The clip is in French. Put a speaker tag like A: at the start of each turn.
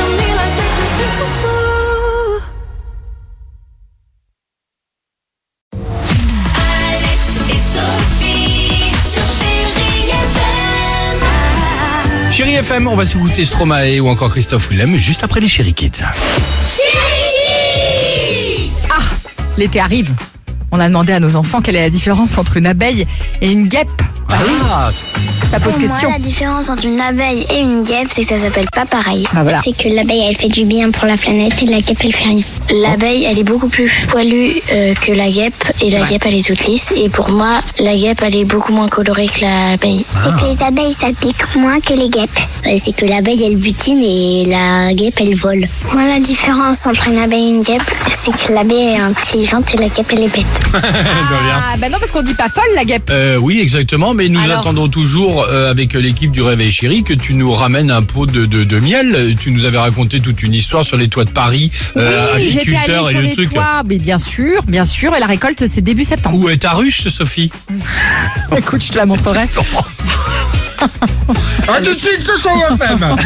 A: on me like we could do. Alex et Sophie sur Chérie FM.
B: Chérie FM, on va s'écouter Stromae ou encore Christophe Willem juste après les Chéri Kids.
C: L'été arrive. On a demandé à nos enfants quelle est la différence entre une abeille et une guêpe.
B: Ah,
C: Ça pose
D: Pour
C: question.
D: moi, la différence entre une abeille et une guêpe, c'est que ça s'appelle pas pareil.
C: Ah, voilà.
D: C'est que l'abeille, elle fait du bien pour la planète et la guêpe, elle fait rien. L'abeille, elle est beaucoup plus poilue euh, que la guêpe et la guêpe, elle est toute lisse. Et pour moi, la guêpe, elle est beaucoup moins colorée que l'abeille. C'est que les abeilles, ça pique moins que les guêpes. Euh, c'est que l'abeille, elle butine et la guêpe, elle vole. Moi, la différence entre une abeille et une guêpe, c'est que l'abeille est intelligente et la guêpe, elle est bête.
C: Ah, bah non, parce qu'on dit pas folle la guêpe.
B: Euh, oui, exactement, mais nous
C: Alors
B: attendons toujours euh, avec l'équipe du Réveil Chéri que tu nous ramènes un pot de, de, de miel. Tu nous avais raconté toute une histoire sur les toits de Paris, euh,
C: oui, j'étais
B: agriculteurs
C: allée
B: et
C: sur
B: le
C: les
B: truc.
C: toits. Mais bien sûr, bien sûr. Et la récolte, c'est début septembre.
B: Où est ta ruche, Sophie
C: Écoute, je te la montrerai.
B: A tout de suite, ce sont FM